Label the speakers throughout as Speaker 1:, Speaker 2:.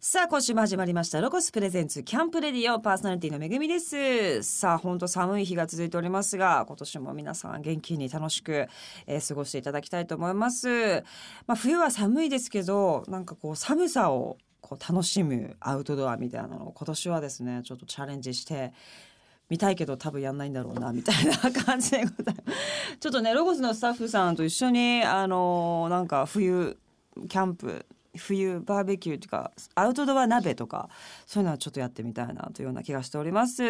Speaker 1: さあ、今週も始まりました。ロゴスプレゼンツキャンプレディオパーソナリティのめぐみです。さあ、本当寒い日が続いておりますが、今年も皆さん元気に楽しく、えー過ごしていただきたいと思います。まあ、冬は寒いですけど、なんかこう寒さをこう楽しむアウトドアみたいなのを今年はですね、ちょっとチャレンジして、見たいけど多分やんないんだろうなみたいな感じでございます。ちょっとねロゴスのスタッフさんと一緒にあのなんか冬キャンプ冬バーベキューとかアウトドア鍋とかそういうのはちょっとやってみたいなというような気がしております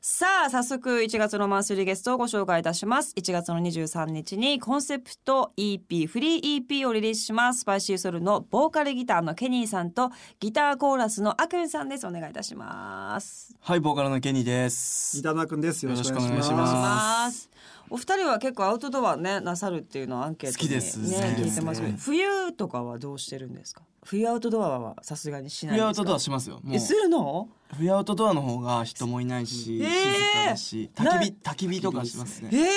Speaker 1: さあ早速1月のマンスリーゲストをご紹介いたします1月の23日にコンセプト EP フリー EP をリリースしますスパイシーソルのボーカルギターのケニーさんとギターコーラスのアクンさんですお願いいたします
Speaker 2: はい、ボーカルのケニーです
Speaker 3: 伊。田くんです。よろしくお願いし
Speaker 2: よろしくお願いし
Speaker 3: ま
Speaker 1: ます。お二人は結構アウトドアねなさるっていうのはアンケートに
Speaker 2: 好きです
Speaker 1: ね
Speaker 2: 好きです
Speaker 1: 聞いてますけど
Speaker 2: ね
Speaker 1: 冬とかはどうしてるんですか。冬アウトドアはさすがにしないん
Speaker 2: 冬ア
Speaker 1: で
Speaker 2: ウ
Speaker 1: すか。
Speaker 2: トドアしますよ。も
Speaker 1: えす
Speaker 2: う
Speaker 1: るの？
Speaker 2: 冬アウトドアの方が人もいないし、
Speaker 1: えー
Speaker 2: 静かだし、焚き火焚き火とかします
Speaker 1: え
Speaker 2: ね。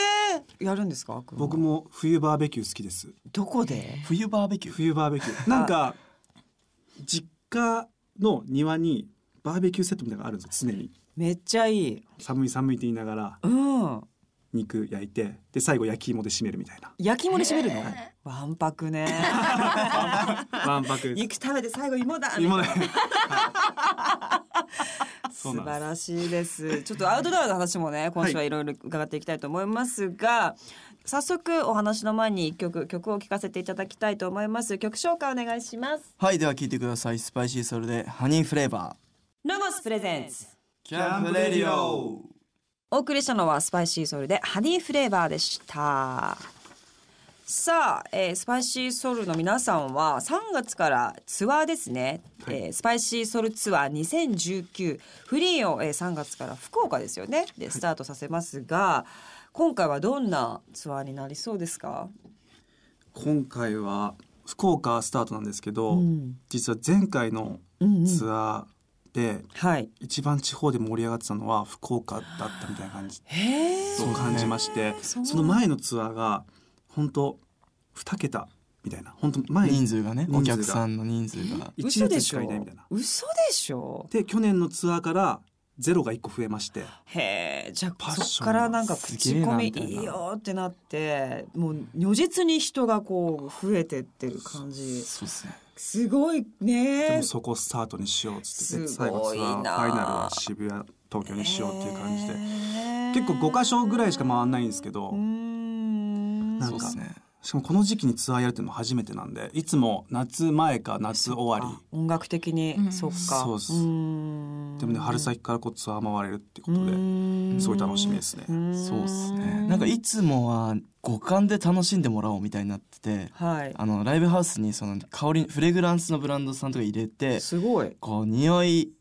Speaker 1: えやるんですか。
Speaker 3: す。僕も冬バーベキュー好きです。
Speaker 1: どこで？
Speaker 2: 冬バーベキュー。
Speaker 3: 冬バーベキュー。なんか実家の庭にバーベキューセットみたいなのがあるんですよ。常に
Speaker 1: めっちゃいい。
Speaker 3: 寒い寒いって言いながら
Speaker 1: うん。。
Speaker 3: 肉焼いて、で最後焼き芋で締めるみたいな
Speaker 1: 焼き芋で締めるの？わんぱ くね。
Speaker 3: 万博です。
Speaker 1: 肉食べて最後芋だ。
Speaker 3: 芋ね。
Speaker 1: 素
Speaker 3: うなんです
Speaker 1: 晴らしいです。 ちょっとアウトドアの話もね、今週はいろいろ伺っていきたいと思いますが、早速お話の前に一曲曲を聴かせていただきたいと思います。曲紹介お願いします。
Speaker 2: はい、では聞いてください。スパイシーソルでハニーフレーバー。
Speaker 1: ロゴスプレゼンツ。
Speaker 2: キ
Speaker 3: ャンプレディオ。
Speaker 1: お送りしたのはスパイシーソルでハニーフレーバーでした。さあ、えースパイシーソルの皆さんは3月からツアーですね、えースパイシーソルツアー2019フリーを、えー3月から福岡ですよねでスタートさせますが、今回はどんなツアーになりそうですか、
Speaker 3: 今回は福岡スタートなんですけど、
Speaker 1: うん
Speaker 3: 実は前回の
Speaker 1: うんうん、
Speaker 3: ツアーで
Speaker 1: はい
Speaker 3: 一番地方で盛り上がってたのは福岡だったみたいな感じ。
Speaker 1: へえ
Speaker 3: そう感じまして
Speaker 1: そ
Speaker 3: そうの前のツアーが本当2桁みたいな本当前
Speaker 2: 人数がね、お
Speaker 3: 人数が
Speaker 2: 客さんの人数が。
Speaker 3: 1列しかいないみたいな
Speaker 1: 嘘でしょ
Speaker 3: で去年のツアーからゼロが1個増えまして
Speaker 1: へえじゃあ
Speaker 3: パッションが
Speaker 1: そっからなんか口コミ
Speaker 2: すげえなみたいない
Speaker 1: いよってなってもう如実に人がこう増えてってる感じ
Speaker 2: そうですね。
Speaker 1: すごい
Speaker 3: で
Speaker 1: ね
Speaker 3: もそこをスタートにしようっつってて
Speaker 1: す
Speaker 3: 最後
Speaker 1: ごい
Speaker 3: ツア
Speaker 1: な
Speaker 3: ーファイナルは渋谷東京にしようっていう感じで結構5
Speaker 1: 箇
Speaker 3: 箇所ぐらいしか回んないんですけど
Speaker 1: ん
Speaker 3: なん
Speaker 2: そう
Speaker 3: か
Speaker 2: ですね。
Speaker 3: しかもこの時期にツアーやるっていうのも初めてなんでいつも夏前か夏終わ
Speaker 1: 音楽的に、
Speaker 2: うん
Speaker 1: そっか
Speaker 3: そうっす
Speaker 1: ん
Speaker 3: りでもね春先からこうツアー回れるってことですごい楽しみですね
Speaker 1: うん
Speaker 2: そうですね。なんかいつもは五感で楽しんでもらおうみたいになってて、
Speaker 1: はい
Speaker 2: あのライブハウスにその香りフレグランスのブランドさんとか入れて、
Speaker 1: すごい、
Speaker 2: こう匂い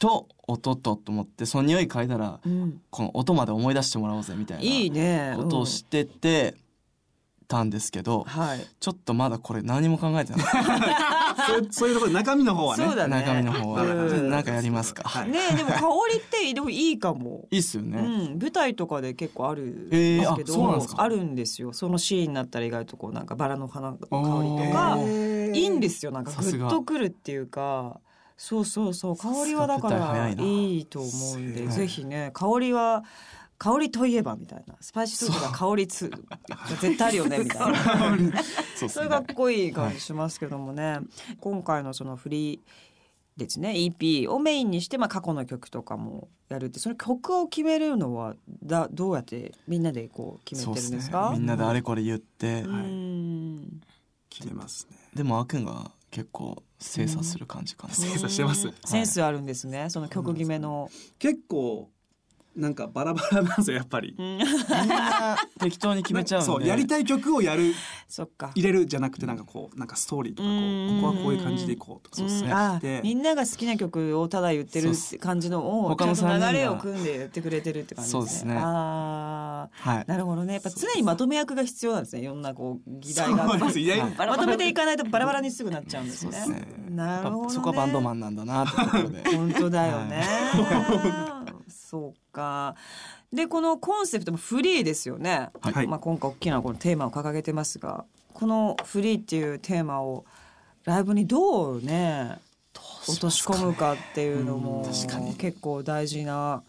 Speaker 2: と音とと思ってその匂い嗅いだら
Speaker 1: うん、
Speaker 2: この音まで思い出してもらおうぜみた
Speaker 1: い
Speaker 2: い
Speaker 1: いね
Speaker 2: なことをしててたんですけど、
Speaker 1: うんはい
Speaker 2: ちょっとまだこれ何も考えてなかっ
Speaker 3: そうそういうところで中身の方はね
Speaker 1: そうだ
Speaker 2: た
Speaker 1: ね
Speaker 2: 中身の方は、
Speaker 1: うん
Speaker 2: なんかやりますか、、
Speaker 3: はい い
Speaker 1: ねえでも香りってでもいいかも
Speaker 2: いっすよね、
Speaker 1: うん、舞台とかで結構あるん
Speaker 2: え
Speaker 1: で
Speaker 2: ー
Speaker 1: す
Speaker 2: あ
Speaker 1: けど、
Speaker 2: そうなんですか
Speaker 1: あるんですよそのシーンになったら意外とこうなんかバラの花の香りと
Speaker 2: お
Speaker 1: か
Speaker 2: ー
Speaker 1: いいんですよなんか
Speaker 2: さ
Speaker 1: グ
Speaker 2: すが
Speaker 1: ッとくるっていうかそうそうそう香りはだか
Speaker 2: さすが舞台
Speaker 1: ら
Speaker 2: 早いない
Speaker 1: いと思うんで
Speaker 2: はい
Speaker 1: ぜひね香りは香りといえばみたいなスパイシーソースが香りつ絶対あるよねみたいな。
Speaker 2: そ
Speaker 1: そ
Speaker 2: うっす
Speaker 1: れ
Speaker 2: ね
Speaker 1: がかっこいい感じしますけどもね、今回のそのフリーですね EP をメインにして、まあ、過去の曲とかもやるってその曲を決めるのはだどうやってみんなでこう決
Speaker 2: そう
Speaker 1: め
Speaker 2: って
Speaker 1: るんです
Speaker 2: すね
Speaker 1: か
Speaker 2: みんなであれこれ言って、
Speaker 1: う
Speaker 3: はい
Speaker 1: ん
Speaker 3: 決めますね
Speaker 2: でもあくんが結構精査する感じかな、
Speaker 3: 精査してます
Speaker 1: センスあるんですね、その曲決めの、
Speaker 3: 結構なんかバラバラなんですよやっぱり
Speaker 1: うん、
Speaker 2: みんな適当に決めちゃうんで
Speaker 3: そうやりたい曲をやる
Speaker 1: そっか
Speaker 3: 入れるじゃなくてなんかこうなんかストーリーとかこ
Speaker 1: うん
Speaker 3: うここはこういう感じでいこうとか
Speaker 2: っすね
Speaker 1: うんあ
Speaker 3: で
Speaker 1: みんなが好きな曲をただ言ってる
Speaker 2: そう
Speaker 1: っ
Speaker 2: ってす
Speaker 1: 感じのをち
Speaker 2: 他
Speaker 1: ゃん
Speaker 2: の三人
Speaker 1: と
Speaker 2: が
Speaker 1: 流れを組んでやってくれてるって感じですね。
Speaker 2: そうですね
Speaker 1: あ
Speaker 2: はい
Speaker 1: ーなるほどねやっぱ常にまとめ役が必要なんですねいろんなこう議題があ
Speaker 3: そ
Speaker 1: っ
Speaker 3: う
Speaker 1: て
Speaker 3: ですね
Speaker 2: はい
Speaker 1: まとめていかないとバラバラにすぐなっちゃうんですね。
Speaker 2: そうですね
Speaker 1: なるほど、ね。
Speaker 2: そこはバンドマンなんだなってところで
Speaker 1: 本当だよね。そうか。でこのコンセプトもフリーですよね。
Speaker 3: はい
Speaker 1: まあ今回大きなこのテーマを掲げてますが、このフリーっていうテーマをライブにどうね 落とし込むかっていうのも
Speaker 2: うん確かに
Speaker 1: 結構大事な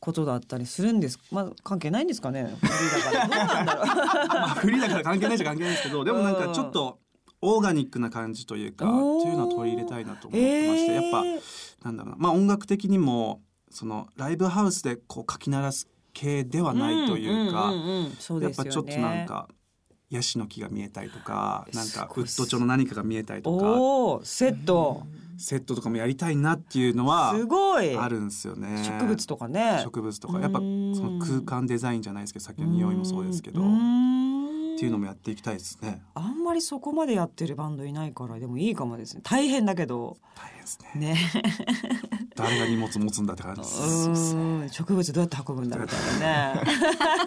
Speaker 1: ことだったりするんですまあ関係ないんですかねフリーだ からどうなんだろう
Speaker 3: まあフリーだから関係ないじゃ関係ないですけどでもなんかちょっとオーガニックな感じというか
Speaker 1: おー
Speaker 3: っていうのは取り入れたいなと思ってまして、
Speaker 1: え
Speaker 3: やっぱなんだろうなまあ音楽的にもそのライブハウスでこうかき鳴らす系では
Speaker 1: ぱ
Speaker 3: ないというか、
Speaker 1: そう
Speaker 3: や
Speaker 1: で
Speaker 3: っ
Speaker 1: すよ
Speaker 3: ぱ
Speaker 1: ね
Speaker 3: ちょっとなんかヤシの木が見えたりとかなん
Speaker 1: す
Speaker 3: かウ
Speaker 1: ごいっ
Speaker 3: ッ
Speaker 1: す
Speaker 3: ド調の何かが見えたりとか
Speaker 1: おおセット
Speaker 3: セットとかもやりたいなっていうのは
Speaker 1: すごい
Speaker 3: あるんですよね。
Speaker 1: 植物とかね
Speaker 3: 植物とかやっぱその空間デザインじゃないですけどさっきの匂いもそうですけど
Speaker 1: う
Speaker 3: っ
Speaker 1: ん
Speaker 3: ていうのもやっていきたいですね
Speaker 1: あんまりそこまでやってるバンドいないからでもいいかもですね大変だけど
Speaker 3: 大変ですね
Speaker 1: ね
Speaker 3: 誰が荷物持つんだって感じです
Speaker 1: うーん植物どうやって運ぶんだみたいなね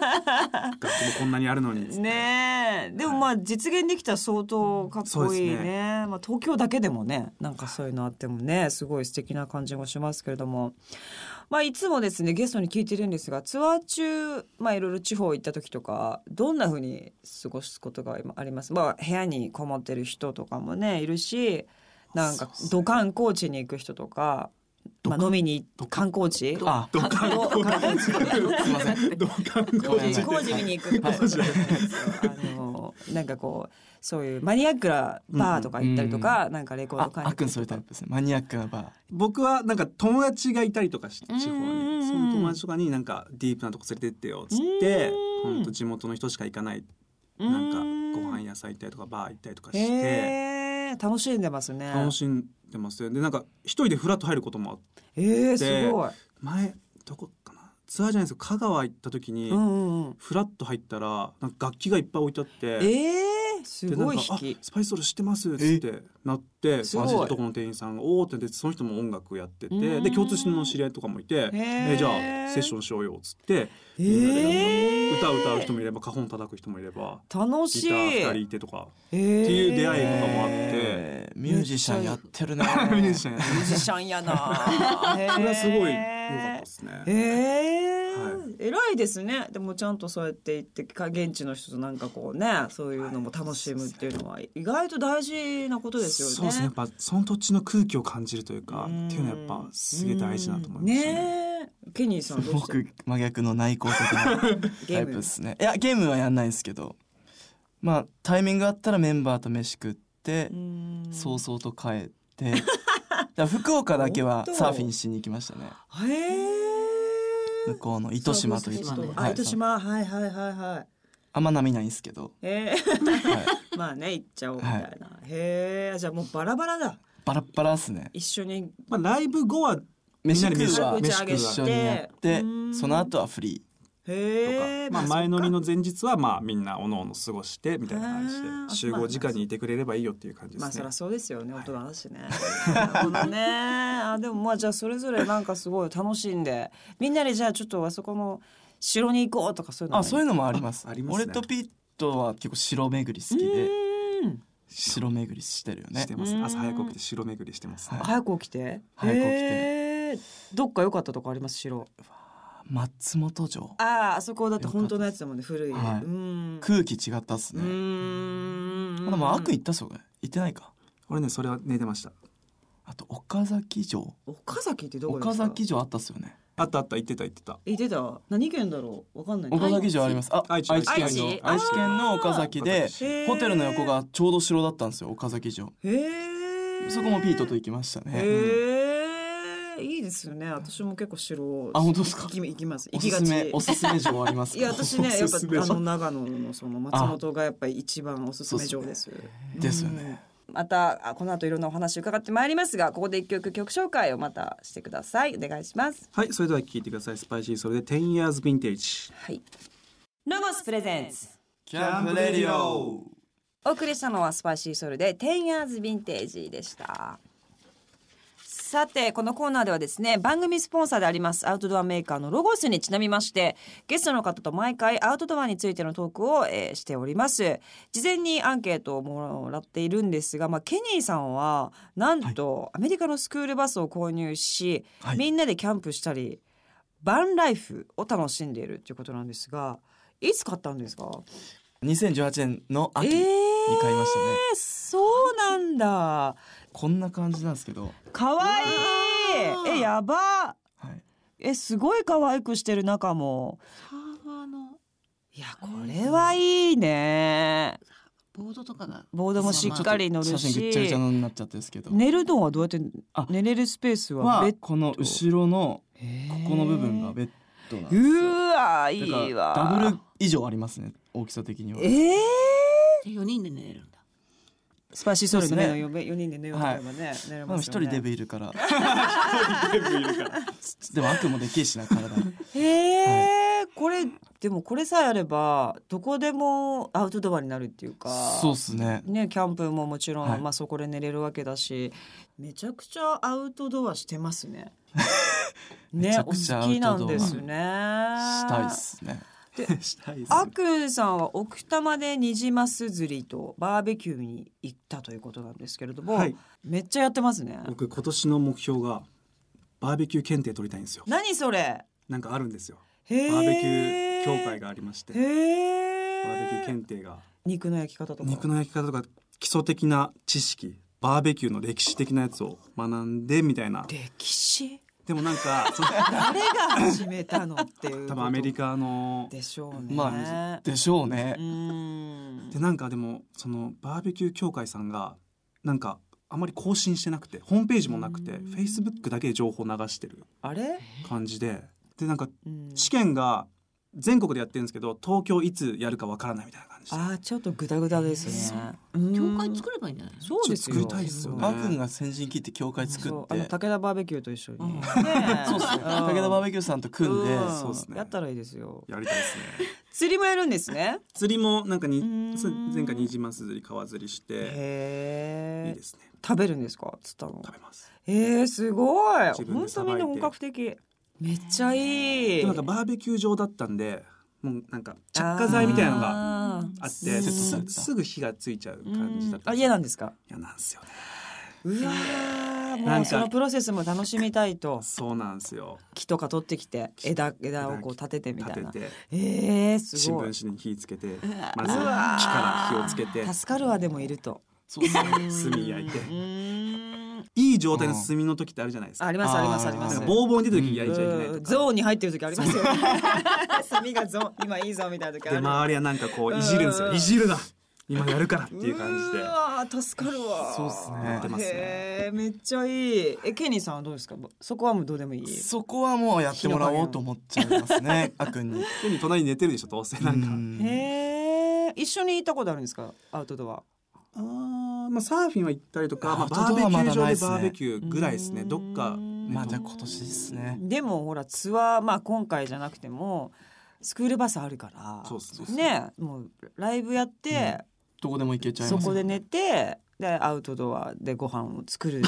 Speaker 3: 学校もこんなにあるのに
Speaker 1: ねえでもまあ実現できたら相当かっこいい
Speaker 3: そうで
Speaker 1: ね,、
Speaker 3: す
Speaker 1: まあ、東京だけでもねなんかそういうのあってもねすごい素敵な感じもしますけれども、まあ、いつもですねゲストに聞いてるんですがツアー中、まあ、いろいろ地方行った時とかどんな風に過ごすことが今あります、まあ、部屋にこもってる人とかもねいるしなんか
Speaker 3: そうですね
Speaker 1: 土管高地に行く人とか、まあ、飲みに行っ観光地
Speaker 2: あ
Speaker 3: ドカン
Speaker 1: ど
Speaker 3: コーチ
Speaker 2: すいません
Speaker 3: ドカンコ
Speaker 1: 工
Speaker 2: ごめんな
Speaker 3: ー
Speaker 1: 事
Speaker 2: さい
Speaker 1: 工事見に行く
Speaker 2: はい
Speaker 1: そうそうそうそうあのなんかこうそういうマニアックなバーとか行ったりとか、なんかレコード
Speaker 2: あ
Speaker 1: 買い
Speaker 2: あ
Speaker 1: に行
Speaker 2: っ
Speaker 1: く
Speaker 2: くんそういうタイプですねマニアックなバー
Speaker 3: 僕はなんか友達がいたりとかして
Speaker 1: うん
Speaker 3: 地方にその友達とかになんかディープなとこ連れてってよっつって
Speaker 1: うん
Speaker 3: ほんと地元の人しか行かない
Speaker 1: うん
Speaker 3: なんかご飯屋さん行ったりとかバー行ったりとかして
Speaker 1: えー、楽しんでますね
Speaker 3: 楽しんでますよでなんか一人でフラッと入ることもあって
Speaker 1: えー、すごい、
Speaker 3: 前どこかなツアーじゃないですけど香川行った時に
Speaker 1: うんうんうん、
Speaker 3: フラッと入ったらなんか楽器がいっぱい置いてあって
Speaker 1: えー、す
Speaker 3: で
Speaker 1: ごい
Speaker 3: なんか
Speaker 1: 引
Speaker 3: あ
Speaker 1: き
Speaker 3: スパイスソール知ってますっつってなって
Speaker 1: すごい
Speaker 3: マジで男の店員さんがおおってなってその人も音楽やって
Speaker 1: う
Speaker 3: て
Speaker 1: ーん
Speaker 3: で共通の知り合いとかもいて
Speaker 1: へー
Speaker 3: えじゃあセッションしようよっつって
Speaker 1: え
Speaker 3: みんなで
Speaker 1: ー、
Speaker 3: 歌を歌う人もいればカホン叩く人もいれば
Speaker 1: 楽し
Speaker 3: ギタ
Speaker 1: い
Speaker 3: ー2人いてとか
Speaker 1: えー
Speaker 3: っていう出会いとかもあって
Speaker 2: えーミュージシャンやってるね
Speaker 3: ミュージシャンやって
Speaker 1: ミュージシャンやなこれ
Speaker 3: それはすごい良かったですね。
Speaker 1: えー
Speaker 3: は
Speaker 1: 偉いですねでもちゃんとそうやって行ってか現地の人となんかこうねそういうのも楽しむっていうのは意外と大事なことですよね。
Speaker 3: そうですねやっぱその土地の空気を感じるというか
Speaker 1: うん
Speaker 3: っていうのはやっぱすげえ大事だと思います
Speaker 1: うん
Speaker 3: ね。
Speaker 1: ねえケニーさんどうして
Speaker 2: 僕真逆の内向的な
Speaker 1: ゲ
Speaker 2: タイ
Speaker 1: ー
Speaker 2: プ
Speaker 1: ム
Speaker 2: ですねいやゲームはやんないんですけどまあタイミングあったらメンバーと飯食って
Speaker 1: うん
Speaker 2: 早々と帰って だから福岡だけは
Speaker 1: 本当
Speaker 2: サーフィンしに行きましたね
Speaker 1: へえ
Speaker 2: 向こうの糸島というところ
Speaker 1: あ
Speaker 2: はい
Speaker 1: 糸島はいはいはいはい
Speaker 2: あんま波ないんですけど、
Speaker 1: え
Speaker 2: はい、
Speaker 1: ー、 まあね行っちゃおうみたいな、へえじゃあもうバラバラだ
Speaker 2: バラッバラっ すね
Speaker 1: 一緒に
Speaker 3: まあライブ後は
Speaker 2: 飯食
Speaker 3: みんなで
Speaker 2: うは
Speaker 1: 飯打ち上げ
Speaker 2: 一
Speaker 1: して
Speaker 2: 緒にやって
Speaker 1: うん
Speaker 2: その後はフリ
Speaker 1: へえ
Speaker 3: まあ、前
Speaker 1: そっ
Speaker 3: 飲
Speaker 1: か
Speaker 3: みの前日はまあみんなおのおの過ごしてみたいな感
Speaker 1: へー
Speaker 3: じで集合時間にいてくれればいいよっていう感じで
Speaker 1: まあそ
Speaker 3: すね
Speaker 1: りゃ。そうですよね大人だしね。なるほどね。あでもまあじゃあそれぞれなんかすごい楽しんでみんなでじゃあちょっとあそこの城に行こうとかそういう
Speaker 2: ー
Speaker 1: の
Speaker 2: あそういう
Speaker 1: の
Speaker 2: のもあります
Speaker 3: あありますね
Speaker 2: 俺とピットは結構城巡り好きで城巡りしてるよね
Speaker 3: してます
Speaker 1: うん
Speaker 3: 朝早く起きて城巡りしてますね。
Speaker 2: はい
Speaker 1: 早く起きて。
Speaker 2: 早く起きて
Speaker 1: へーどっか良かったとこあります城。
Speaker 2: 松本城
Speaker 1: あああそこだって本当のやつだもんね古いね。
Speaker 2: はいう
Speaker 1: ーん。
Speaker 2: 空気違ったっす
Speaker 1: う
Speaker 2: ね
Speaker 1: ーん。
Speaker 2: あでもあっくん行ったっすよこれ行ってないか
Speaker 3: 俺ねそれは寝てました。
Speaker 2: あと岡崎城
Speaker 1: 岡崎ってどこですか。
Speaker 2: 岡崎城あったっすよね
Speaker 3: あったあった言ってた言ってた。
Speaker 1: え出た何県だろうわかんない。
Speaker 2: 岡崎城ありますあ
Speaker 3: 愛
Speaker 2: 愛
Speaker 3: 知
Speaker 2: 知
Speaker 1: 愛
Speaker 2: 県
Speaker 1: 知
Speaker 2: の
Speaker 1: 愛
Speaker 2: 愛
Speaker 1: 知
Speaker 2: 知県の岡崎
Speaker 3: あ
Speaker 2: で
Speaker 3: ー
Speaker 1: へー
Speaker 2: ホテルの横。がちょうど城だったんですよ岡崎城
Speaker 1: へえ。
Speaker 2: そこもピートと行きましたね
Speaker 1: へえ、いいですよね。私も結構城。
Speaker 2: あ本当ですか
Speaker 1: 行き行きます。行
Speaker 2: おす
Speaker 1: きが
Speaker 2: す
Speaker 1: ち。
Speaker 2: めおすすめ城ありますか
Speaker 1: いや、私ね、やっ
Speaker 3: おすすめ
Speaker 1: ぱ、あの長野の、その松本がやっぱり一番おすすめ城です。
Speaker 2: ですよね
Speaker 1: うん。また、あこの後いろんなお話伺ってまいりますが、ここで一曲曲紹介をまたしてください。お願いします。
Speaker 3: はいそれでは聞いてください。スパイシーそれで10 years vintage。
Speaker 1: はい。ロゴスプレゼンツ。
Speaker 2: キャンプレディオ
Speaker 1: お送りしたのはスパイシーソウルで10 years vintage でしたさてこのコーナーではですね番組スポンサーでありますアウトドアメーカーのロゴスにちなみましてゲストの方と毎回アウトドアについてのトークを、えーしております事前にアンケートをもらっているんですが、まあ、ケニーさんはなんとアメリカのスクールバスを購入し、
Speaker 2: はい
Speaker 1: みんなでキャンプしたりバンライフを楽しんでいるということなんですがいつ買ったんですか
Speaker 2: 2018年の
Speaker 1: え
Speaker 2: 秋に買いましたね
Speaker 1: えそうなんだ。
Speaker 2: こんな感じなんですけど、
Speaker 1: 可愛
Speaker 4: うわ
Speaker 1: い
Speaker 4: ー
Speaker 1: え、やば。
Speaker 2: はい、
Speaker 1: え、すごい可愛くしてる中も。
Speaker 4: サーバーの
Speaker 1: いや、これはいいね。
Speaker 4: ボードとかが
Speaker 1: ボードもしっかり乗る
Speaker 2: 写真ぐっちゃぐちゃ
Speaker 1: し。
Speaker 2: になっちゃってるんですけど、
Speaker 1: 寝るのはどうやって
Speaker 2: あ
Speaker 1: 寝れるスペースは
Speaker 2: は
Speaker 1: 別
Speaker 2: この後ろのここの部分が
Speaker 1: 別
Speaker 2: ベッドなんですよ。
Speaker 1: うわー
Speaker 2: だから
Speaker 1: いいわ
Speaker 2: ダブル以上ありますね、大きさ的には。
Speaker 1: ええ
Speaker 4: 4人で寝れるんだ
Speaker 1: スパイシーソースの
Speaker 2: そうですね
Speaker 1: 4人で寝ようと思えばね寝れ
Speaker 2: ま
Speaker 1: ま
Speaker 2: あ一
Speaker 1: すよ
Speaker 2: 人
Speaker 1: ね
Speaker 2: デブいるから、
Speaker 3: 全部いるから。
Speaker 2: でも悪もできるしな体。
Speaker 1: へえ、これでもこれさえあればどこでもアウトドアになるっていうか
Speaker 2: そうっすね。
Speaker 1: ねキャンプももちろん、
Speaker 2: はい
Speaker 1: まあそこで寝れるわけだしめちゃくちゃアウトドアしてます ね。
Speaker 2: め
Speaker 1: ね
Speaker 2: ち
Speaker 1: お
Speaker 2: ゃくちゃ
Speaker 1: 好きなんです
Speaker 2: アウ
Speaker 1: ね。
Speaker 2: したいっすね。
Speaker 3: したいですね
Speaker 1: あくんさんは奥多摩でニジマス釣りとバーベキューに行ったということなんですけれども、
Speaker 3: はい
Speaker 1: めっちゃやってますね。
Speaker 3: 僕今年の目標がバーベキュー検定取りたいんですよ。
Speaker 1: 何それ
Speaker 3: なんかあるんですよ。
Speaker 1: バー
Speaker 3: バーベキュー協会がありまして、
Speaker 1: へ
Speaker 3: バ
Speaker 1: え
Speaker 3: ーベキュー検定が
Speaker 1: 肉の焼き方とか
Speaker 3: 肉の焼き方とか基礎的な知識、バーベキューの歴史的なやつを学んでみたいな。
Speaker 1: 歴史
Speaker 3: でもなんかその
Speaker 1: 誰が始めたのっていうこと
Speaker 3: 多分アメリカの
Speaker 1: でしょうね。
Speaker 2: まあでしょうね
Speaker 1: う。ん
Speaker 3: でなんかでもそのバーベキュー協会さんがなんかあまり更新してなくてホームページもなくて
Speaker 1: う
Speaker 3: フ
Speaker 1: ん
Speaker 3: ェイスブックだけで情報流してる
Speaker 1: あれ、
Speaker 3: 感じででなんか
Speaker 1: うん
Speaker 3: 試験が全国でやってるんですけど東京いつやるかわからないみたいな感じで
Speaker 1: あーちょっとグダグダですね。
Speaker 4: 教会
Speaker 1: る
Speaker 4: 作ればいいんじゃないの
Speaker 1: そうですよ。
Speaker 3: ちょっと作りたいですよね
Speaker 2: あくんが先陣切って教会作
Speaker 1: そう
Speaker 2: っ
Speaker 1: あの
Speaker 2: て
Speaker 1: 武。田バーベキューと一緒に。
Speaker 4: うん
Speaker 1: ね
Speaker 2: そうっすね。武田バーベキューさんと組んで、
Speaker 1: うん
Speaker 2: そうっすね。
Speaker 1: やったらいいですよ。
Speaker 3: やりたいですね
Speaker 1: 釣りもやるんですね。
Speaker 3: 釣りもなんかに
Speaker 1: うん
Speaker 3: そう前回ニジマス釣り川釣りしていい
Speaker 1: へえ
Speaker 3: で。すね
Speaker 1: 食べるんですか釣ったの。
Speaker 3: 食べます
Speaker 1: えー、すごい。
Speaker 3: 自分
Speaker 1: 本
Speaker 3: で
Speaker 1: 当
Speaker 3: さ
Speaker 1: み
Speaker 3: ばいて
Speaker 1: んな本格的。めっちゃい
Speaker 3: で
Speaker 1: い。
Speaker 3: もなんかバーベキュー場だったんでもうなんか着火剤みたいなのが
Speaker 1: あー
Speaker 3: あって
Speaker 2: うん
Speaker 3: すすぐ火がついちゃう感じだった
Speaker 1: あ嫌なんんですか。
Speaker 3: 嫌なんですよね
Speaker 1: うわー
Speaker 3: な
Speaker 1: も
Speaker 3: ん
Speaker 1: う
Speaker 3: か
Speaker 1: そのプロセスも楽しみたいと
Speaker 3: そうなんですよ
Speaker 1: 木とか取ってきて枝枝をこう立ててみた
Speaker 3: 立
Speaker 1: いな。
Speaker 3: てて
Speaker 1: えー、す
Speaker 3: 新
Speaker 1: ごい。
Speaker 3: 聞紙に火つけて
Speaker 4: わ
Speaker 3: まず
Speaker 1: う
Speaker 3: 木
Speaker 1: わ
Speaker 3: から火をつけて
Speaker 1: 助かるわでもいると。
Speaker 2: そうっすね。
Speaker 3: 炭焼いて
Speaker 1: うーん
Speaker 3: いい状態の炭の時ってあるじゃないですか
Speaker 1: ありますあります
Speaker 2: あ
Speaker 1: あ
Speaker 2: ー
Speaker 1: りま
Speaker 3: な
Speaker 1: す。
Speaker 3: んかボーボーに出た時焼いちゃいけない
Speaker 1: うん
Speaker 3: と
Speaker 1: ゾ
Speaker 3: か
Speaker 1: ーンに入ってる時ありますよね。 炭がゾーン今いいぞみたいな時あ
Speaker 3: で
Speaker 1: る。
Speaker 3: 周りはなんかこ
Speaker 1: う
Speaker 3: うんいじるんですよいじるな今やるからって
Speaker 1: う
Speaker 3: いう感じで
Speaker 1: ーわー助かるわ。
Speaker 2: そうっすねやって
Speaker 3: ますね
Speaker 1: へーめっちゃいい。えケニーさんはどうですか。そこはもうどうでもいい。
Speaker 2: そこはもうやってもらおうと思っちゃいま すね。あくんに。
Speaker 3: 手に隣に寝てるでしょどうせ
Speaker 2: な
Speaker 3: な
Speaker 2: んん
Speaker 3: か
Speaker 2: か。
Speaker 1: へえ一緒に行ったことあるんですかアウトドア
Speaker 3: あーまあサーフィンは行ったりとかまあバ
Speaker 2: アウ
Speaker 3: ー
Speaker 2: ト
Speaker 3: ベ
Speaker 2: ド
Speaker 3: キ
Speaker 2: アま
Speaker 3: ュ
Speaker 2: だ
Speaker 3: ー場
Speaker 2: ないっ
Speaker 3: で
Speaker 2: すね
Speaker 3: バーベキューぐらいですねどっか
Speaker 2: まあじゃあ今年ですね。
Speaker 1: でもほらツアーまあ今回じゃなくてもスクールバスあるから
Speaker 3: そうっすね
Speaker 1: ねもうライブやって、
Speaker 2: どこでも行けちゃい
Speaker 1: そ
Speaker 2: ます。
Speaker 1: こで寝てでアウトドアでご飯を作るっ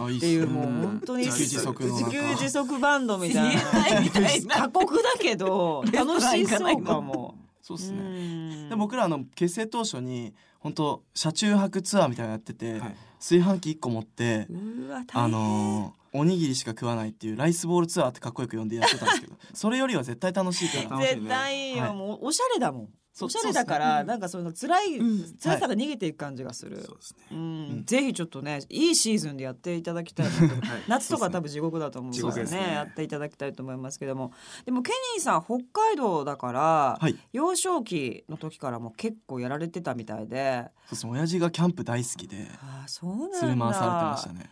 Speaker 2: あいいっす
Speaker 1: て
Speaker 2: ね
Speaker 1: いう
Speaker 3: ん
Speaker 1: もう本当に
Speaker 2: 自給自足の
Speaker 1: 自
Speaker 2: 中
Speaker 1: 給自足バンドみたいな
Speaker 4: ないみたいな
Speaker 1: 過酷だけど楽しそうかも。
Speaker 2: そうですね。
Speaker 1: うん
Speaker 2: で僕らあの結成当初に本当車中泊ツアーみたいなのやってて、
Speaker 3: はい
Speaker 2: 炊飯器1個持って、
Speaker 1: うわ
Speaker 2: あ
Speaker 1: 大変
Speaker 2: のーおにぎりしか食わないっていうライスボールツアーってかっこよく呼んでやってたんで すけどそれよりは絶対楽しいから
Speaker 3: 楽しいね
Speaker 1: 絶対いいよ、
Speaker 2: はい
Speaker 1: もうおしゃれだもん
Speaker 2: そ
Speaker 1: おしゃれだから、なんかその辛い、
Speaker 4: うん
Speaker 1: 辛さが逃げていく感じがする、
Speaker 3: そうです
Speaker 1: う
Speaker 3: ね
Speaker 1: ん
Speaker 2: うん
Speaker 1: ぜひちょっとねいいシーズンでやっていただきたい なと
Speaker 3: はい
Speaker 1: 夏とか多分地獄だと思うので,、ね
Speaker 3: 地獄ですね
Speaker 1: やっていただきたいと思いますけどもでもケニーさん北海道だから、
Speaker 2: はい
Speaker 1: 幼少期の時からも結構やられてたみたいで
Speaker 2: そうですね親父がキャンプ大好きで
Speaker 1: ああそうなんだ
Speaker 2: 連れ回されてましたね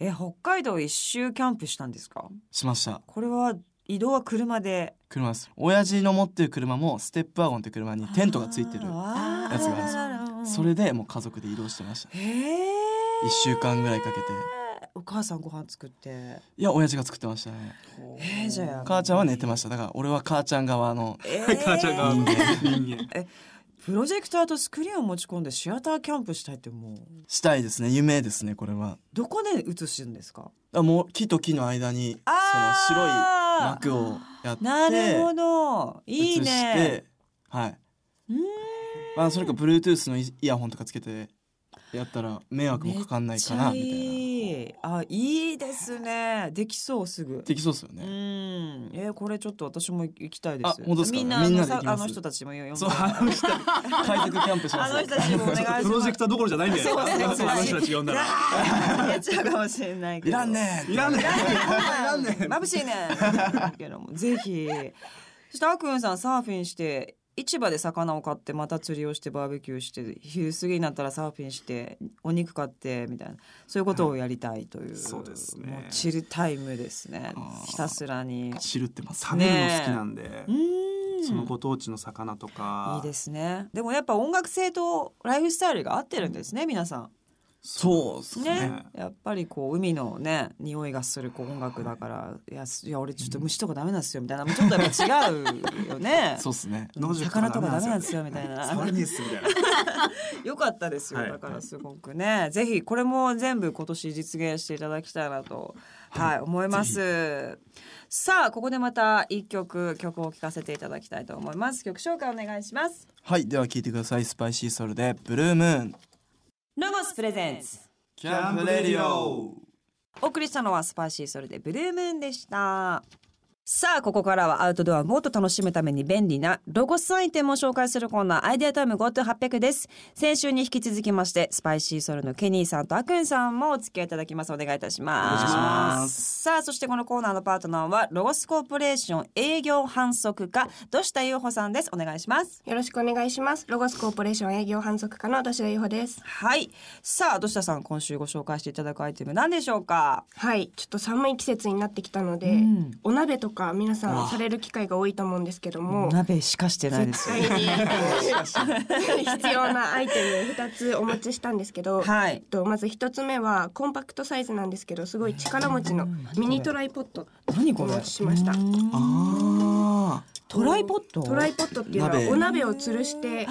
Speaker 1: え北海道一周キャンプしたんですか
Speaker 2: しました
Speaker 1: これは移動は車で
Speaker 2: 車です親父の持ってる車もステップワゴンって車にテントがついてる
Speaker 1: や
Speaker 2: やつがあるんですよそれでもう家族で移動してましたね1週間ぐらいかけて
Speaker 1: お母さんご飯作って
Speaker 2: いや親父が作ってましたね
Speaker 1: えー、じゃあ
Speaker 2: 母ちゃんは寝てましただから俺は母ちゃん側の
Speaker 1: え
Speaker 3: はい母ちゃん が
Speaker 1: ー
Speaker 3: 人間
Speaker 1: プロジェクターとスクリーンを持ち込んでシアターキャンプしたいってもう
Speaker 2: したいですね夢ですねこれは
Speaker 1: どこで映すんですか
Speaker 2: あもう木と木の間にその白い
Speaker 1: あ
Speaker 2: 幕をやって
Speaker 1: なるほどいい
Speaker 2: 映し
Speaker 1: ね
Speaker 2: てはい、
Speaker 1: うーん
Speaker 2: まあ、それか Bluetooth のイイヤホンとかつけてやったら迷惑もかかんないかなみたいな
Speaker 1: いあいいですねできそうすぐ
Speaker 2: できそうですよ
Speaker 1: う
Speaker 2: ね。
Speaker 1: んえーこれちょっと私も行きたいです
Speaker 2: あ本当ですか
Speaker 1: みんなあ
Speaker 2: みん
Speaker 1: の
Speaker 2: なで
Speaker 1: さ
Speaker 2: 行き
Speaker 1: あ
Speaker 2: ます
Speaker 1: の人たちも呼んで
Speaker 2: そうあの人開拓キャンプしま
Speaker 1: あ
Speaker 2: す。
Speaker 1: の人たちもお願いします
Speaker 3: プロジェクターどころじゃないんだよ。
Speaker 1: そうですね
Speaker 3: あの人たち呼んだら。
Speaker 1: あーやっちゃうかもしれないけど
Speaker 2: いらんねん。
Speaker 3: いらね
Speaker 1: なんね眩しいねんけ どもぜひそしてあくんさんサーフィンして市場で魚を買ってまた釣りをしてバーベキューして昼過ぎになったらサーフィンしてお肉買ってみたいなそういうことをやりたいという、
Speaker 3: そうですね
Speaker 1: もうチルタイムですね
Speaker 2: あー
Speaker 1: ひたすらに
Speaker 3: え。知るってまあ食べるの好きなんで
Speaker 1: う、ーん
Speaker 3: そのご当地の魚とか。
Speaker 1: いいですねでもやっぱ音楽性とライフスタイルが合ってるんですね皆さ
Speaker 2: そうです
Speaker 1: ん
Speaker 2: ね。
Speaker 1: ねやっぱりこう海のね匂いがするこう音楽だからいやすいや俺ちょっと虫とかダメなんですよみたいなちょっとやっぱ違うよね
Speaker 2: そうですね。
Speaker 3: 野宿
Speaker 1: 魚とかダメなんですよみたいな
Speaker 3: 触れねえっすみたいな。
Speaker 1: よかったですよ、
Speaker 3: はい
Speaker 1: だからすごくねぜひこれも全部今年実現していただきたいなと、はい思いますさあここでまた一曲曲を聴かせていただきたいと思います曲紹介お願いします
Speaker 2: はい、では聞いてください。スパイシーソルでブルームーン。
Speaker 1: ロゴスプレゼンツ
Speaker 2: キ
Speaker 3: ャンプレディオ。
Speaker 1: お送りしたのはスパイシーソルでブルームーンでしたさあここからはアウトドアをもっと楽しむために便利なロゴスアイテムを紹介するコーナーアイデアタイム GoTo800 です先週に引き続きましてスパイシーソルのケニーさんとアクンさんもお付き合いいただきますお願いいたします
Speaker 3: お願いします
Speaker 1: さあそしてこのコーナーのパートナーはロゴスコーポレーション営業販促課土下優穂さんですお願いします
Speaker 5: よろしくお願いします。ロゴスコーポレーション営業販促課の土田由穂です。
Speaker 1: はいさあ土下さん今週ご紹介していただくアイテム何でしょうか
Speaker 5: はい、ちょっと寒い季節になってきたので、
Speaker 1: うん
Speaker 5: お鍋とか皆さんされる機会が多いと思うんですけども、
Speaker 1: 鍋しかしてないですよ
Speaker 5: 絶対に 必要なアイテム2つお持ちしたんですけど、
Speaker 1: はい
Speaker 5: とまず1つ目はコンパクトサイズなんですけど、すごい力持ちのミニトライポッド
Speaker 1: 何
Speaker 5: を
Speaker 1: こ
Speaker 5: お
Speaker 1: れ
Speaker 5: 持ちしました。
Speaker 2: あ
Speaker 1: トライポット
Speaker 5: トライポッドっていうのは
Speaker 2: 鍋
Speaker 5: お鍋を吊るしてや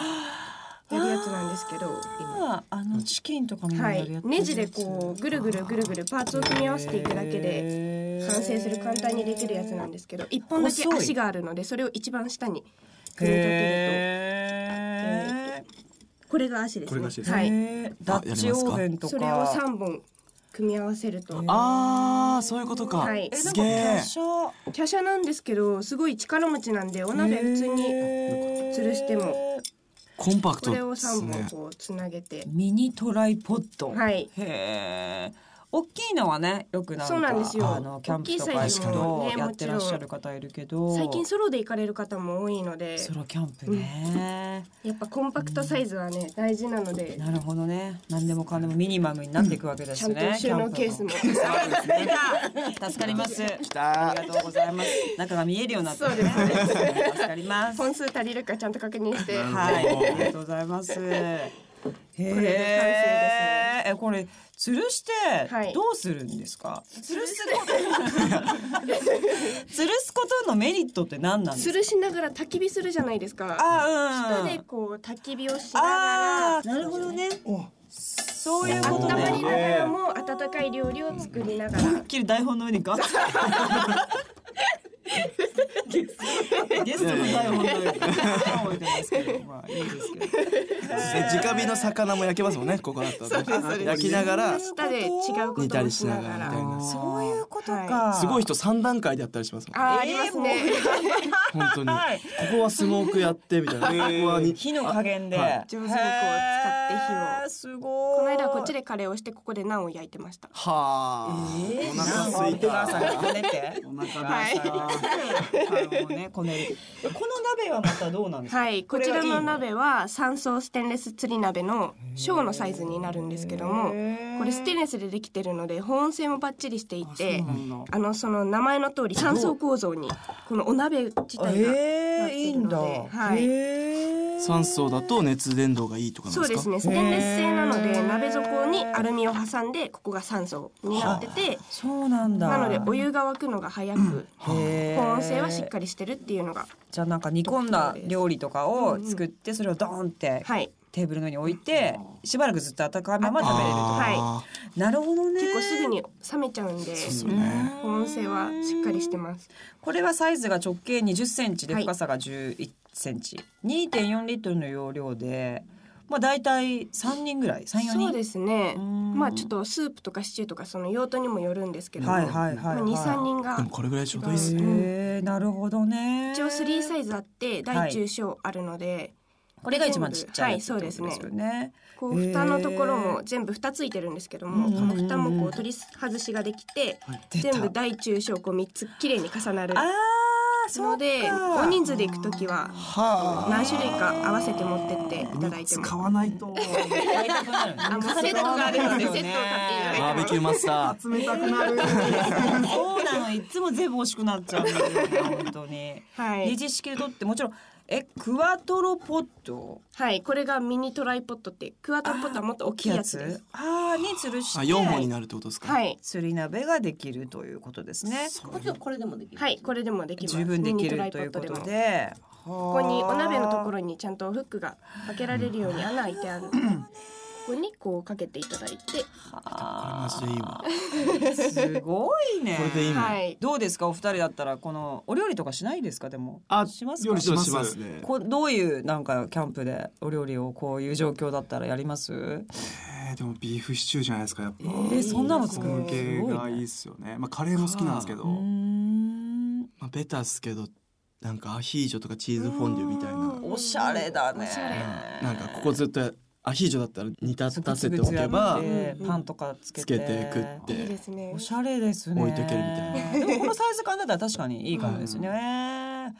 Speaker 5: るやつなんですけど、今。
Speaker 1: ああのチキンとかも
Speaker 5: は
Speaker 1: やる
Speaker 5: い
Speaker 1: や、つ
Speaker 5: ネジでこうぐるぐるぐるぐるパーツを組み合わせていくだけで
Speaker 1: へー
Speaker 5: 完成する簡単にできるやつなんですけど1本だけ
Speaker 1: 細い
Speaker 5: 足があるのでそれを一番下に組み立てる
Speaker 1: へ
Speaker 5: とこれが足ですね
Speaker 3: これが足です
Speaker 1: ー
Speaker 5: は
Speaker 1: へ
Speaker 5: い、
Speaker 1: ーダッチオーブンとか
Speaker 5: それを3本組み合わせると
Speaker 2: ーあー、そういうことか。
Speaker 5: はい
Speaker 1: えな
Speaker 2: す
Speaker 1: ん
Speaker 2: げ
Speaker 1: か
Speaker 2: え
Speaker 1: 華。奢
Speaker 5: 華奢なんですけどすごい力持ちなんでお鍋普通に
Speaker 1: へー
Speaker 5: 吊るしても
Speaker 2: コンパク
Speaker 5: こ
Speaker 2: ト
Speaker 5: れを
Speaker 2: です
Speaker 5: 3本
Speaker 2: ね。
Speaker 5: こうつなげて
Speaker 1: ミニトライポット
Speaker 5: はい
Speaker 1: へえ大きいのはねよくなんか
Speaker 5: そうなんですよ
Speaker 1: あのキャンプとか
Speaker 2: きい
Speaker 5: 大
Speaker 1: 行
Speaker 2: サイ
Speaker 1: く
Speaker 2: ズ
Speaker 5: も
Speaker 1: と
Speaker 5: ね
Speaker 1: やってらっしゃる方いるけど
Speaker 5: 最近ソロで行かれる方も多いので
Speaker 1: ソロキャンプね
Speaker 5: やっぱコンパクトサイズはね大事なので
Speaker 1: なるほどね何でもかんでもミニマムになっていくわけで
Speaker 5: ち
Speaker 1: す
Speaker 5: ゃんと
Speaker 1: ね
Speaker 5: 収納ケースも
Speaker 1: キャンプのあるんですね 助かりますありがとうございます中が見えるようになってるね助かります
Speaker 5: 本数足りるかちゃんと確認して
Speaker 1: はい、ありがとうございます。へえ、
Speaker 5: 完成ですね
Speaker 1: え、これ吊るして
Speaker 5: はい
Speaker 1: どうするんですか。吊るすこと吊るすことのメリットって何なんです
Speaker 5: 吊
Speaker 1: か。
Speaker 5: るしながら焚き火するじゃないですか。
Speaker 1: あ
Speaker 5: 下
Speaker 1: うん。
Speaker 5: でこう焚き火をしな
Speaker 1: あ
Speaker 5: が
Speaker 1: あ、
Speaker 5: ら。
Speaker 1: なるほどね。そういうこ
Speaker 5: 温
Speaker 1: と
Speaker 5: まり
Speaker 1: ね。
Speaker 5: ながらも温かい料理を作りながら。
Speaker 1: 思いっきり台本の上にガッて。ゲストの台本の上に。置いてますけど、まあいいですけど。
Speaker 2: で直火の魚も焼けますもんね。ここだと。
Speaker 3: す
Speaker 2: 焼きながら
Speaker 5: 下で違うこ
Speaker 2: 煮
Speaker 5: と
Speaker 2: た
Speaker 5: を
Speaker 2: り
Speaker 5: し
Speaker 2: し
Speaker 5: な
Speaker 2: な
Speaker 5: が
Speaker 2: が
Speaker 5: ら。
Speaker 2: ら
Speaker 5: あ
Speaker 2: みたいな。
Speaker 1: そういうこと
Speaker 5: は
Speaker 1: か。
Speaker 2: すごい人三段階でやったりしますもん。
Speaker 5: あー、ありますね。
Speaker 2: 本当に。
Speaker 1: は
Speaker 2: こ
Speaker 1: い
Speaker 2: こはスモークやってみたいな。ここはに
Speaker 1: 火の加減で、
Speaker 2: あはい
Speaker 5: 上手にこう使って火を
Speaker 1: へーすごい
Speaker 5: この間はこっちでカレーをしてここでナンを焼いてました。
Speaker 2: は
Speaker 1: え
Speaker 2: あ。
Speaker 1: ー
Speaker 2: お腹すい
Speaker 1: お母さんが
Speaker 2: た。
Speaker 1: こねて
Speaker 3: お腹が
Speaker 5: はい
Speaker 1: はいもうねこねるこの鍋はまたどうなんですか
Speaker 5: はい、こちらの鍋は三層ステンレス釣り鍋の小のサイズになるんですけども、これステンレスでできてるので保温性もバッチリしていて、あのその名前の通り三層構造にこのお鍋自体が
Speaker 1: え
Speaker 5: な
Speaker 1: ー、
Speaker 5: って
Speaker 1: いい
Speaker 5: る
Speaker 1: ん
Speaker 5: の
Speaker 1: だ、
Speaker 5: ではい
Speaker 1: へー
Speaker 2: 酸素だと熱伝導がいいとかなん
Speaker 5: そ
Speaker 2: で
Speaker 5: う
Speaker 2: す
Speaker 5: で
Speaker 2: か。
Speaker 5: すねステンレス製なの
Speaker 1: へ
Speaker 5: で
Speaker 1: ー
Speaker 5: 鍋底にアルミを挟んでここが3層になってて
Speaker 1: そうなんだ
Speaker 5: なのでお湯が沸くのが早く
Speaker 1: へー
Speaker 5: 保温性はしっかりしてるっていうのが
Speaker 1: じゃあなんか煮込んだ料理とかを作ってそれをドーンって
Speaker 5: はい
Speaker 1: テーブルの上に置いてしばらくずっと温かいまま食べれると
Speaker 2: あ
Speaker 1: なるほどね
Speaker 5: 結構すぐに冷めちゃうんで
Speaker 2: ーそうね。
Speaker 5: 保温性はしっかりしてます
Speaker 1: これはサイズが直径20センチで
Speaker 5: はい
Speaker 1: 深さが11センチ、2.4リットルの容量でまあ大体三人ぐらい、三四人。
Speaker 5: そうですね
Speaker 1: うん
Speaker 5: まあちょっとスープとかシチューとかその用途にもよるんですけども、
Speaker 1: はいはいはい、はい。
Speaker 5: まあ、23人が
Speaker 2: でもこれぐらいちょうどいいっす
Speaker 5: す
Speaker 1: へ
Speaker 5: ね
Speaker 1: えなるほどね。
Speaker 5: 一応3サイズあって
Speaker 1: は
Speaker 5: 大
Speaker 1: い
Speaker 5: 中小あるので、
Speaker 1: これが一番ちっちゃい
Speaker 5: はいそうですね
Speaker 1: ってことよね。
Speaker 5: こ
Speaker 1: へ
Speaker 5: う
Speaker 1: ー
Speaker 5: 蓋のところも全部蓋ついてるんですけども、
Speaker 1: うんうんうん
Speaker 5: この蓋もこう取り外しができて、
Speaker 1: 出た
Speaker 5: 全部大中小こう3つ綺麗に重なる
Speaker 1: ああそう
Speaker 5: ので
Speaker 1: か
Speaker 5: 大人数で行くときは
Speaker 2: は
Speaker 5: 何種類か合わせて持ってっていただいて
Speaker 3: 使
Speaker 5: も
Speaker 3: わないと
Speaker 1: 買いたくなるね
Speaker 5: あもうセットがあるのでセットを買っていただい
Speaker 2: あ
Speaker 5: ても
Speaker 2: バーベキューマスタ
Speaker 3: 集めたくなる
Speaker 1: そうなのいつも全部欲しくなっちゃうんだよね本当に。
Speaker 5: はい
Speaker 1: 二次式で取ってもちろんえクワトロポット
Speaker 5: はい、これがミニトライポットってクワトロポットはもっと大きいやつです。
Speaker 1: ああに吊るして
Speaker 2: ーあ四本になるってことですか、
Speaker 5: はい、
Speaker 1: 吊り鍋ができるということですね。
Speaker 4: こっちはこれでもできる。
Speaker 5: はい、これでもできます。
Speaker 1: 十分でき
Speaker 5: ミニト
Speaker 1: る
Speaker 5: ライポ
Speaker 1: とい
Speaker 5: ッ
Speaker 1: う
Speaker 5: ト
Speaker 1: こと
Speaker 5: でも。こ
Speaker 1: で。こ
Speaker 5: こにお鍋のところにちゃんとフックが開けられるように穴開いてある。ここにこうかけていただいて、
Speaker 2: これマジでいいわ
Speaker 1: すごいね。
Speaker 2: これでいいの、
Speaker 5: はい、
Speaker 1: どうですかお二人だったらこのお料理とかしないですかでも。
Speaker 2: あ
Speaker 1: しますか
Speaker 2: 料理します
Speaker 3: します
Speaker 2: ね
Speaker 1: こどういうなんかキャンプでお料理をこういう状況だったらやります？
Speaker 3: えーでもビーフシチューじゃないですかやっぱ
Speaker 1: えーそんなの作るの
Speaker 3: こ系がいいっ
Speaker 1: ね
Speaker 3: すよねまあカレーも好きなんですけど
Speaker 1: うーん
Speaker 2: まあ、ベタっすけどなんかアヒージョとかチーズフォンデュみたいな
Speaker 1: おしゃれだね。
Speaker 5: おしゃれ
Speaker 2: なんかここずっとアヒージョだったら煮立たせて
Speaker 1: つぶ
Speaker 2: お
Speaker 1: つぶ
Speaker 2: けば
Speaker 1: やってパンとかつけて
Speaker 2: つけて食っ
Speaker 5: いいで
Speaker 2: て
Speaker 5: すね
Speaker 1: お。しゃれですね。
Speaker 2: 置いとけるみた
Speaker 1: いな。でもこのサイズ感だったら確かにいいかもですね。
Speaker 3: う
Speaker 1: いやー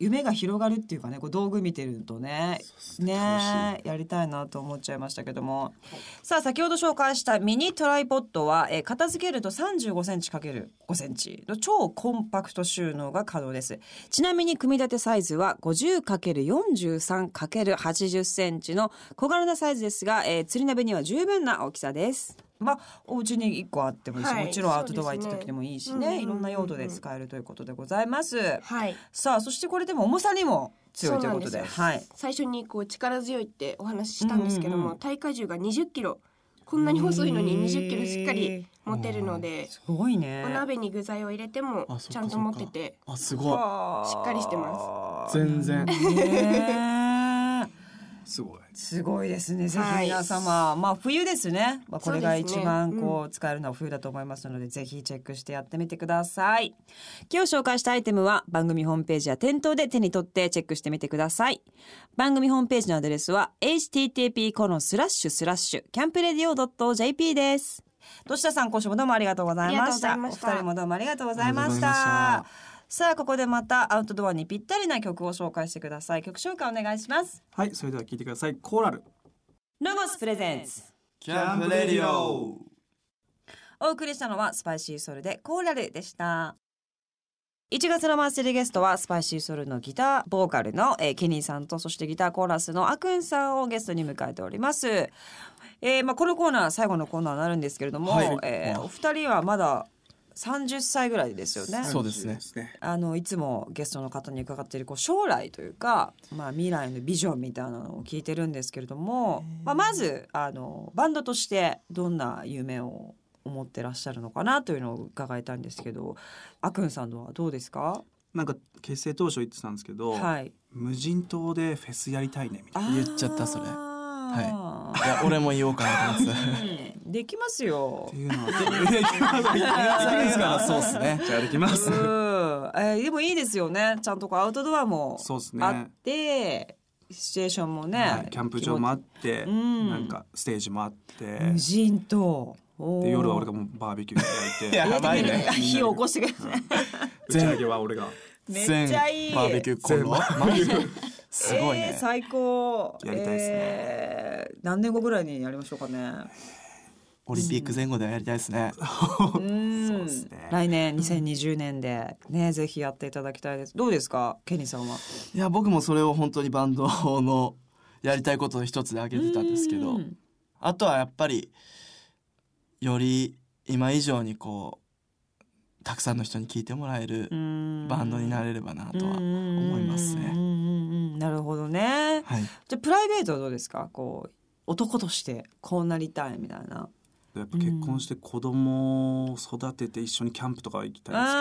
Speaker 1: 夢が広がるっていうかね、こう道具見てるとね、ねやりたいなと思っちゃいましたけども、さあ先ほど紹介したミニトライポッドは、えー片付けると35センチ ×5 センチの超コンパクト収納が可能です。ちなみに組み立てサイズは 50×43×80 センチの小柄なサイズですが、えー、釣り鍋には十分な大きさです。まあ、お家に一個あってもいいし、
Speaker 5: はい
Speaker 1: もちろんアウトドア行った
Speaker 5: そう
Speaker 1: 時
Speaker 5: ですね
Speaker 1: でもいいし
Speaker 5: うんうんうんう
Speaker 1: ね、
Speaker 5: ん
Speaker 1: いろんな用途で使えるということでございます。
Speaker 5: はい、
Speaker 1: さあ、そしてこれでも重さにも強いということで、
Speaker 5: そうなんですよ
Speaker 1: はい。
Speaker 5: 最初にこう力強いってお話ししたんですけども、
Speaker 1: うんうんうん
Speaker 5: 体荷重が20キロ。こんなに細いのに20キロしっかり持てるの
Speaker 1: えー。
Speaker 5: で、
Speaker 1: すごいね。
Speaker 5: お鍋に具材を入れても
Speaker 2: あそっか
Speaker 5: ちゃんと持ってて、
Speaker 2: あすごい
Speaker 5: しっかりしてます
Speaker 2: 全然
Speaker 1: ねえ
Speaker 3: すごい
Speaker 1: すごいですね。ぜひ
Speaker 5: はい
Speaker 1: 皆様、まあ冬ですね。まあこれが
Speaker 5: そうです
Speaker 1: 一
Speaker 5: ね
Speaker 1: 番こう使えるのは冬だと思いますので、ぜひチェックしてやってみてください。今日紹介したアイテムは番組ホームページや店頭で手に取ってチェックしてみてください。番組ホームページのアドレスは http コロンスラッシュスラッシュキャンプレディオ .jp です。土下さん、今週もどうもありがとうございました。
Speaker 5: ありがとうございました
Speaker 1: お二人もどうもありがとうございまし
Speaker 2: ありがとうござい
Speaker 1: た
Speaker 2: ま。
Speaker 1: さあここでまたアウトドアにぴったりな曲を紹介してください。曲紹介お願いします。
Speaker 3: はいそれでは聞いてくださいコーラル
Speaker 1: ロゴスプレゼンツ
Speaker 2: キ
Speaker 3: ャンプレディオ
Speaker 1: お送りしたのはスパイシーソルでコーラルでした1月のマンスリーゲストはスパイシーソルのギターボーカルの、えーケニーさんとそしてギターコーラスのアクンさんをゲストに迎えております、えーまあ、このコーナー最後のコーナーになるんですけれども、
Speaker 2: はい
Speaker 1: えーお二人はまだ30歳ぐらいですよね
Speaker 2: そうですね
Speaker 1: あのいつもゲストの方に伺っているこう将来というか、まあ、未来のビジョンみたいなのを聞いてるんですけれども、まあ、まずあのバンドとしてどんな夢を思ってらっしゃるのかなというのを伺いたいんですけどあくんさんのはどうですか、
Speaker 3: なんか結成当初言ってたんですけど、
Speaker 1: はい、
Speaker 3: 無人島でフェスやりたいねみたいな
Speaker 2: 言っちゃったそれ
Speaker 1: あー
Speaker 2: いや俺も言おうかなと思って
Speaker 1: できますよ
Speaker 3: って。いうのは
Speaker 2: たからそうっすね
Speaker 3: じゃあできま
Speaker 1: うん、えーでもいいですよねちゃんとこうアウトドアも
Speaker 3: そうですね
Speaker 1: あって、シチュエーションもね、
Speaker 3: はいキャンプ場もあって、
Speaker 1: うん
Speaker 3: なんかステージもあって
Speaker 1: 無人島
Speaker 3: で夜は
Speaker 1: おー
Speaker 3: 俺がもうバーベキュー
Speaker 2: いや
Speaker 3: やいて
Speaker 2: やばいね
Speaker 1: 火を起こしてください。
Speaker 3: 打ち上げは俺が
Speaker 1: めっちゃいい。
Speaker 2: 全バーベキューコンロマジですごい
Speaker 1: えー
Speaker 2: ね、
Speaker 1: 最高。
Speaker 3: やりたいですね
Speaker 1: えー何年後ぐらいにやりましょうかね。
Speaker 2: オリンピック前後ではやりたいですね
Speaker 1: うん
Speaker 3: そうですね
Speaker 1: 来年2020年でねぜひやっていただきたいです。どうですかケニーさんは。
Speaker 2: いや僕もそれを本当にバンドのやりたいことの一つで挙げてたんですけど
Speaker 1: うん
Speaker 2: あとはやっぱりより今以上にこうたくさんの人に聞いてもらえる
Speaker 1: うん
Speaker 2: バンドになれればなとは思います
Speaker 1: うん
Speaker 2: ね。
Speaker 1: うんうんうんなるほどね。
Speaker 2: はい、
Speaker 1: じゃあプライベートはどうですかこう男としてこうなりたいみたいな。
Speaker 3: やっぱ結婚して子供を育てて一緒にキャンプとか行きたいですけ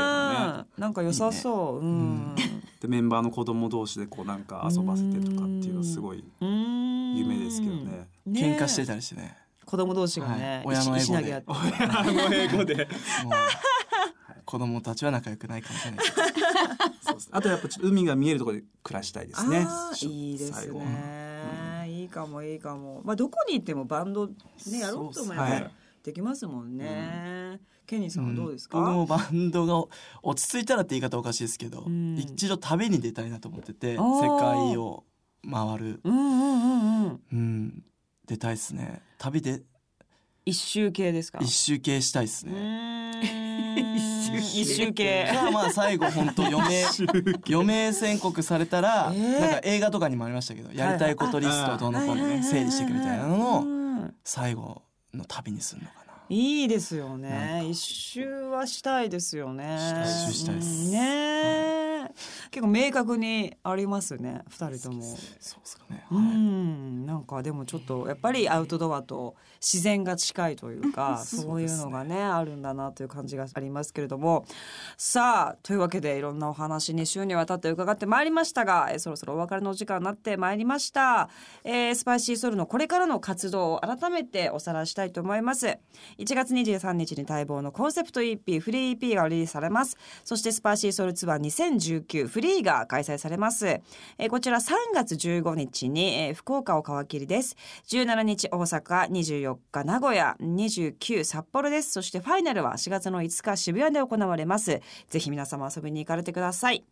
Speaker 3: どね。
Speaker 1: なんか良さそう。うん。
Speaker 3: でメンバーの子供同士でこうなんか遊ばせてとかっていうのはすごい
Speaker 1: うん
Speaker 3: 夢ですけど。ね。
Speaker 2: 喧嘩して
Speaker 1: た。
Speaker 2: たりしてね
Speaker 1: 子供同士がね、
Speaker 2: はい親のエゴで
Speaker 1: 石投げ合って。
Speaker 3: あの英語で。
Speaker 2: もう子供たちは仲良くないかもしれないです
Speaker 3: そうですあとやっぱちょっと海が見えるところで暮らしたいですね
Speaker 1: あ。ーいいです
Speaker 3: 最後
Speaker 1: ね。いいかもいいかも。まあどこに行ってもバンドねやろうと思えば
Speaker 3: そうっすね
Speaker 1: できますもんね。ケニーさんは どうです
Speaker 2: 僕
Speaker 1: か
Speaker 2: も。バンドが落ち着いたらって言い方おかしいですけど、
Speaker 1: うん
Speaker 2: 一度旅に出たいなと思ってて世
Speaker 1: あー
Speaker 2: 界を回る、
Speaker 1: うんうんうんうん。
Speaker 2: うん、出たいですね旅で
Speaker 1: 一周系ですか。
Speaker 2: 一周系したいです
Speaker 1: う
Speaker 2: ね、
Speaker 1: ーん 一
Speaker 4: 一
Speaker 1: 周
Speaker 4: 周
Speaker 1: 系
Speaker 2: じ。ゃあまあ最後本当余 命余命宣告されたら、
Speaker 1: えー
Speaker 2: なんか映画とかにもありましたけどやりたいことリストをどうのこうのね整理していくみたいなの
Speaker 1: う
Speaker 2: を
Speaker 1: ん
Speaker 2: 最後の旅にするのかない
Speaker 1: いですよ
Speaker 2: な
Speaker 1: ね。一周はしたいですよね。
Speaker 2: したい一周したいです
Speaker 1: うんねえ、結構明確にありますね。二人とも。
Speaker 2: そうですかね、
Speaker 1: う
Speaker 2: はい
Speaker 1: ん、なんかでもちょっとやっぱりアウトドアと自然が近いというか、 そういうのがねあるんだなという感じがありますけれどもさあというわけでいろんなお話に週にわたって伺ってまいりましたがえーそろそろお別れのお時間になってまいりました、えースパイシーソウルのこれからの活動を改めておさらいしたいと思います1月23日に待望のコンセプト EP フリー EP がリリースされますそしてスパイシーソウルツアー2019フリーが開催されます、えーこちら3月15日に、えー福岡を皮切りです17日大阪24日名古屋29札幌ですそしてファイナルは4月の5日渋谷で行われますぜひ皆様遊びに行かれてください、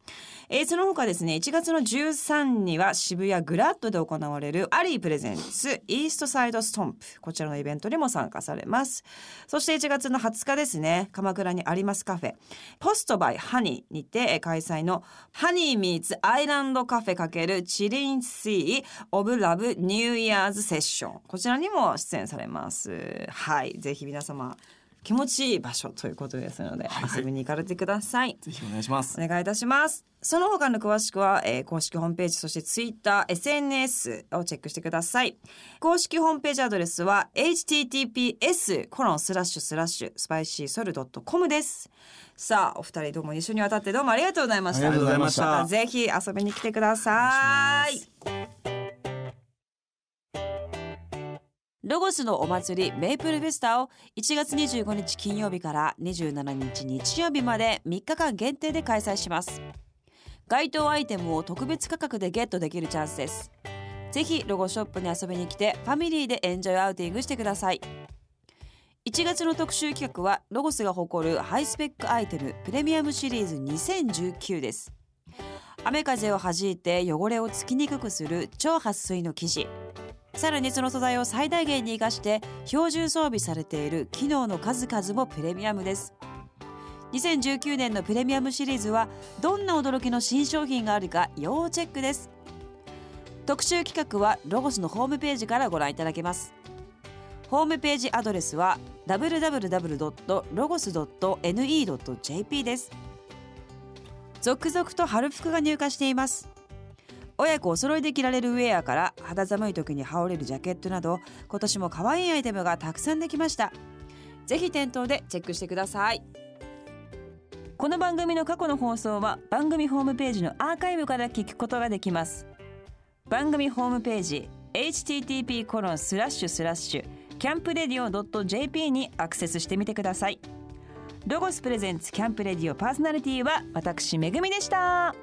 Speaker 1: えーその他ですね1月の13には渋谷グラッドで行われるアリープレゼンツイーストサイドストンプこちらのイベントにも参加されますそして1月の20日ですね鎌倉にありますカフェポストバイハニーにてえー開催のハニーミーツアイランドカフェ×チリンシーオブラブニューイヤーズセッションこちらにも出演されますはいぜひ皆様気持ちいい場所ということですので遊びに行かれてください
Speaker 2: ぜひお願いします
Speaker 1: お願いいたします。その他の詳しくは、えー公式ホームページ、そしてツイッター、SNS をチェックしてください。公式ホームページアドレスは、https:// コロンスラッシュスラッシュスパイシーソル .com です。さあ、お二人どうも一緒にわたってどうもありがとうございました。
Speaker 3: ありがとうございました
Speaker 1: たぜひ遊びに来てください。ロゴスのお祭りメイプルフェスタを1月25日金曜日から27日日曜日まで3日間限定で開催します該当アイテムを特別価格でゲットできるチャンスですぜひロゴショップに遊びに来てファミリーでエンジョイアウティングしてください1月の特集企画はロゴスが誇るハイスペックアイテムプレミアムシリーズ2019です雨風を弾いて汚れをつきにくくする超撥水の生地さらにその素材を最大限に生かして標準装備されている機能の数々もプレミアムです2019年のプレミアムシリーズはどんな驚きの新商品があるか要チェックです特集企画はロゴスのホームページからご覧いただけますホームページアドレスは www.logos.ne.jp です続々と春服が入荷しています親子お揃いで着られるウェアから肌寒い時に羽織れるジャケットなど今年も可愛いアイテムがたくさんできましたぜひ店頭でチェックしてくださいこの番組の過去の放送は番組ホームページのアーカイブから聞くことができます番組ホームページ http コロンスラッシュスラッシュキャンプレディオ .jp にアクセスしてみてくださいロゴスプレゼンツキャンプレディオパーソナリティは私めぐみでした